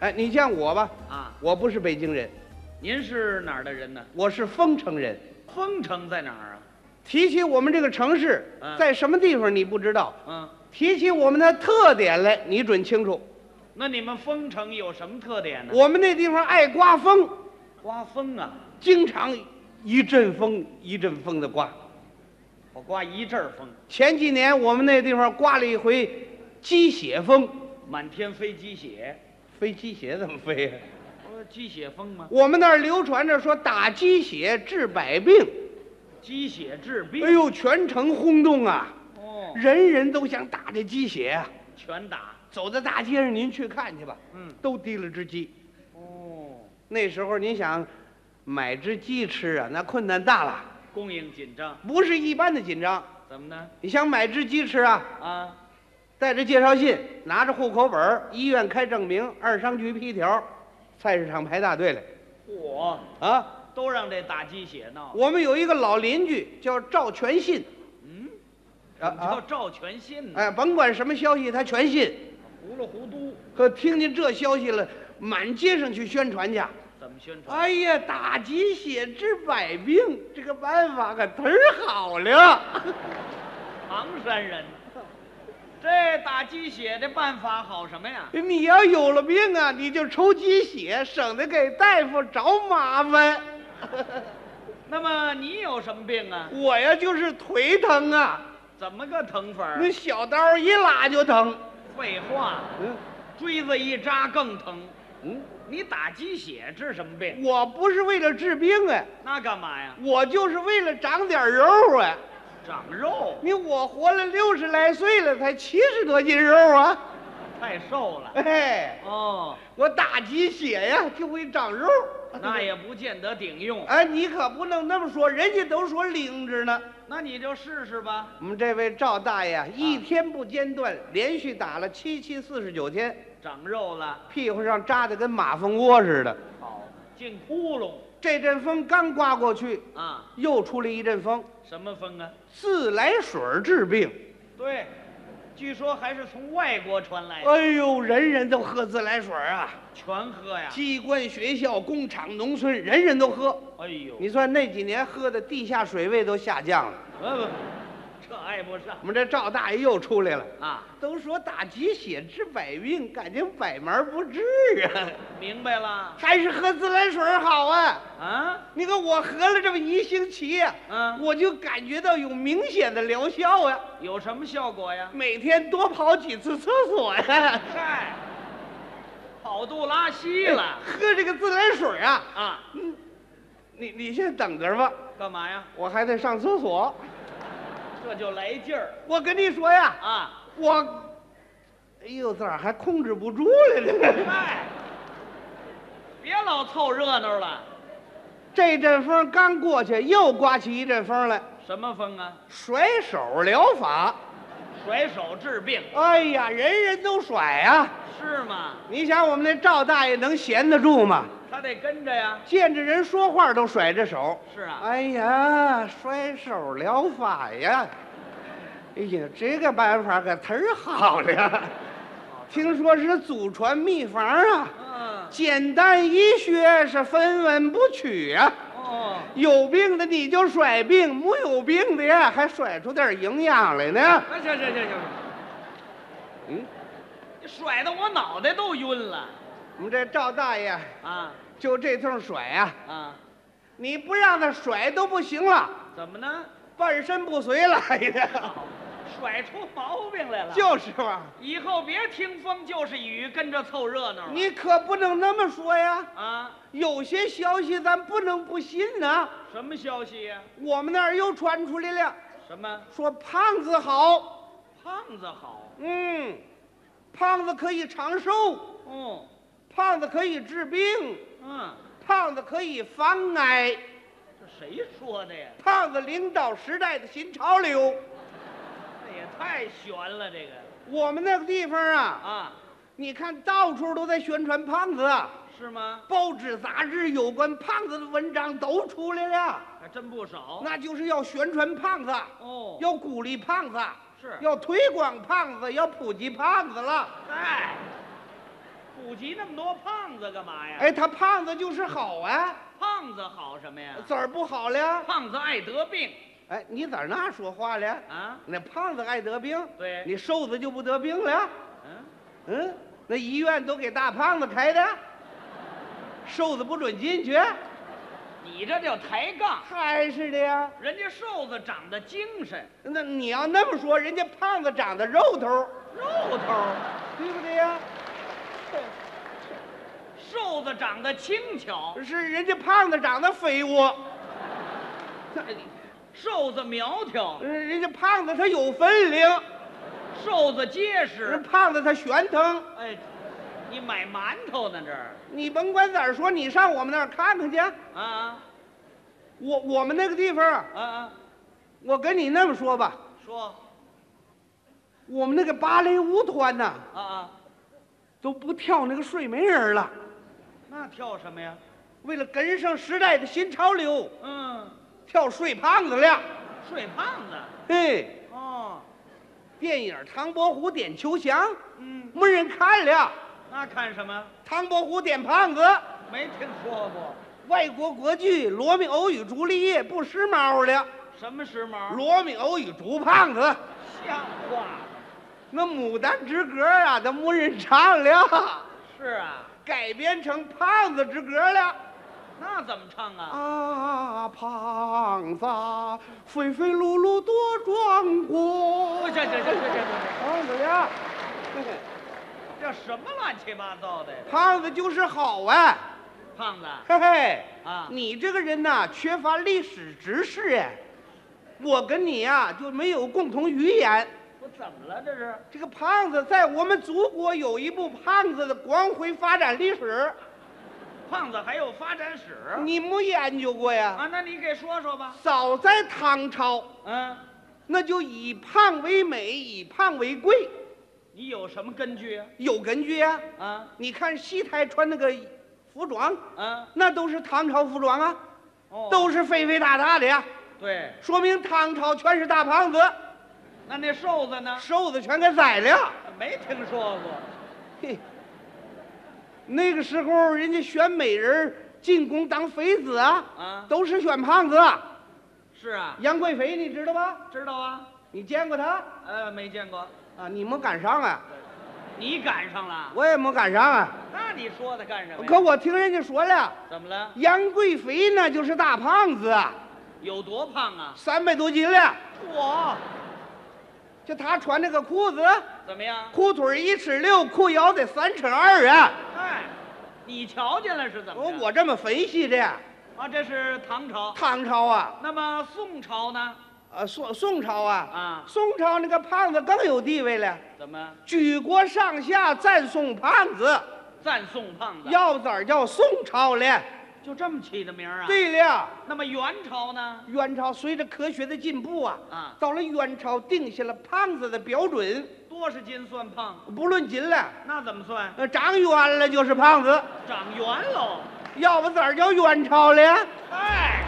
哎，你像我吧，啊，我不是北京人，您是哪儿的人呢？我是丰城人。丰城在哪儿啊？提起我们这个城市嗯在什么地方，你不知道；嗯，提起我们的特点来，你准清楚。那你们丰城有什么特点呢？我们那地方爱刮风，刮风啊，经常一阵风一阵风的刮。我刮一阵儿风，前几年我们那地方刮了一回鸡血风，满天飞鸡血，飞鸡血怎么飞呀、呃，鸡血风吗？我们那儿流传着说打鸡血治百病，鸡血治病。哎呦，全城轰动啊，哦，人人都想打这鸡血啊。全打。走在大街上，您去看去吧，嗯，都提了只鸡。哦，那时候您想买只鸡吃啊，那困难大了，供应紧张，不是一般的紧张。怎么呢？你想买只鸡吃啊，啊，带着介绍信，拿着户口本儿，医院开证明，二商局批条，菜市场排大队来嚯，啊！都让这打鸡血闹。我们有一个老邻居叫赵全信，嗯，啊怎么叫啊赵全信呢？哎，甭管什么消息他全信。糊里糊涂，可听见这消息了，满街上去宣传去。怎么宣传？哎呀，打鸡血治百病这个办法可忒儿好了。 唐山人，这打鸡血的办法好什么呀？你要有了病啊，你就抽鸡血，省得给大夫找麻烦。 那么你有什么病啊？我呀就是腿疼啊，怎么个疼法那儿？小刀一拉就疼。废话，嗯锥子一扎更疼。嗯，你打鸡血治什么病？我不是为了治病哎、那干嘛呀？我就是为了长点肉哎、长肉，你我活了六十来岁了，才七十多斤肉啊！太瘦了。哎，哦，我打鸡血呀就会长肉。 那也不见得顶用。哎，你可不能那么说，人家都说灵着呢。那你就试试吧。我们这位赵大爷啊一天不间断，连续打了七七四十九天，长肉了，屁股上扎的跟马蜂窝似的。好，进窟窿这阵风刚刮过去，啊？又出来一阵风，什么风啊？自来水儿治病。对，据说还是从外国传来的，哎呦，人人都喝自来水儿啊！全喝呀。机关、学校、工厂、农村，人人都喝。哎呦，你算那几年喝的地下水位都下降了。不不，这爱不上我们这赵大爷又出来了。啊。都说打鸡血治百病，感情百门不治啊，明白了还是喝自来水儿好啊。啊？你看我喝了这么一星期呀、嗯，我就感觉到有明显的疗效啊。有什么效果呀？每天多跑几次厕所呀、嗨，跑肚拉稀了喝这个自来水啊。啊？你你先等着吧，干嘛呀？我还得上厕所。这就来劲儿我跟你说呀，啊！我，哎呦，咋还控制不住了呢？嗨，别老凑热闹了。这阵风刚过去，又刮起一阵风来，什么风啊？甩手疗法。甩手治病哎呀，人人都甩呀、是吗？你想我们那赵大爷能闲得住吗？他得跟着呀。见着人说话都甩着手。是啊，哎呀，甩手疗法呀！哎呀，这个办法可忒儿好了呀！听说是祖传秘方啊，嗯，简单医学是分文不取啊。哦，有病的你就甩病，没有病的呀还甩出点营养来呢。哎，行行行行，嗯，你甩的我脑袋都晕了我们这赵大爷啊就这通甩啊，啊！你不让他甩都不行了，怎么呢？半身不遂了。哎呀，甩出毛病来了。就是嘛，以后别听风就是雨，跟着凑热闹。你可不能那么说呀。啊，有些消息咱不能不信呐、什么消息呀、我们那儿又传出来了，什么说胖子好，胖子好？嗯，胖子可以长寿，哦，胖子可以治病，嗯，胖子可以防癌，这谁说的呀？胖子领导时代的新潮流。这也太悬了，这个我们那个地方啊，啊，你看到处都在宣传胖子啊。是吗？报纸、杂志有关胖子的文章都出来了，还真不少。那就是要宣传胖子，哦，要鼓励胖子，是要推广胖子，要普及胖子了。哎，补齐那么多胖子干嘛呀？，哎，他胖子就是好啊，胖子好什么呀？怎儿不好了？胖子爱得病哎，你咋那说话了？啊？那胖子爱得病，对你瘦子就不得病了。嗯，嗯，那医院都给大胖子开的，瘦子不准进去，你这叫抬杠。还是的呀。人家瘦子长得精神，那你要那么说，人家胖子长得肉头，肉头儿；对不对呀？瘦子长得轻巧，是人家胖子长得肥沃，瘦子苗条，呃人人家胖子他有分量，瘦子结人实。胖子他悬腾。哎，你买馒头呢这儿你甭管咋说，你上我们那儿看看去。啊我我们那个地方，啊啊！我跟你那么说吧，说我们那个芭蕾舞团呐、啊啊，都不跳那个睡美人了，那跳什么呀？为了跟上时代的新潮流，嗯，跳睡胖子了。睡胖子。嘿，哦，电影《唐伯虎点秋香》嗯，没人看了，那看什么？唐伯虎点胖子。没听说过。外国国剧《罗密欧与朱丽叶》不时髦了，什么时《髦？罗密欧与朱胖子》像话吗？那《牡丹之歌》啊，都没人唱了，是啊，改编成《胖子之歌》了。那怎么唱啊？啊，胖子，肥肥碌碌多壮不观。哦行行行行行行，胖子呀，这什么乱七八糟的呀？胖子就是好啊，胖子嘿嘿，啊，你这个人呐、缺乏历史知识哎，我跟你呀、就没有共同语言。我怎么了这是？这个胖子在我们祖国有一部胖子的光辉发展历史，胖子还有发展史你没研究过呀？啊？那你给说说吧。早在唐朝，嗯，那就以胖为美，以胖为贵，你有什么根据啊？有根据呀、啊你看戏台穿那个服装，啊那都是唐朝服装啊，哦，都是肥肥大大的呀，对。说明唐朝全是大胖子，那那瘦子呢？瘦子全给宰了。没听说过。嘿，那个时候人家选美人儿进宫当妃子啊啊，都是选胖子。是啊，杨贵妃你知道吧？知道啊。你见过她呃，没见过。啊？你没赶上啊，你赶上了？我也没赶上啊。那你说他干什么呀？可我听人家说了，怎么了？杨贵妃那就是大胖子，有多胖啊？三百多斤了。我就她穿那个裤子，怎么样？裤腿一尺六，裤腰得三尺二啊。哎，你瞧见了是怎么我着？我这么分析的，啊，这是唐朝。唐朝啊，那么宋朝呢？呃宋宋朝啊，啊，宋朝那个胖子更有地位了。怎么举国上下赞颂胖子，赞宋胖子？要不咋叫宋朝了？就这么起的名儿啊？。对了，那么元朝呢？元朝随着科学的进步啊，啊，到了元朝定下了胖子的标准，多少斤算胖？不论斤了，那怎么算？呃，长圆了就是胖子，长圆喽。要不咋叫元朝了？哎。